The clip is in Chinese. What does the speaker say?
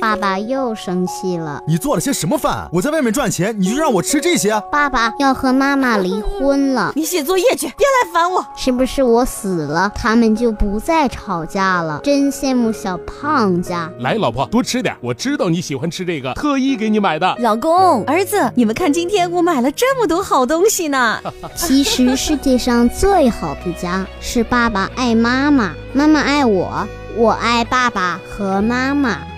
爸爸又生气了。你做了些什么饭？我在外面赚钱，你就让我吃这些？啊爸爸要和妈妈离婚了，你写作业去，别来烦我。是不是我死了，他们就不再吵架了？真羡慕小胖家。来，老婆，多吃点，我知道你喜欢吃这个，特意给你买的。老公，儿子，你们看，今天我买了这么多好东西呢。其实世界上最好的家是爸爸爱妈妈，妈妈爱我，我爱爸爸和妈妈。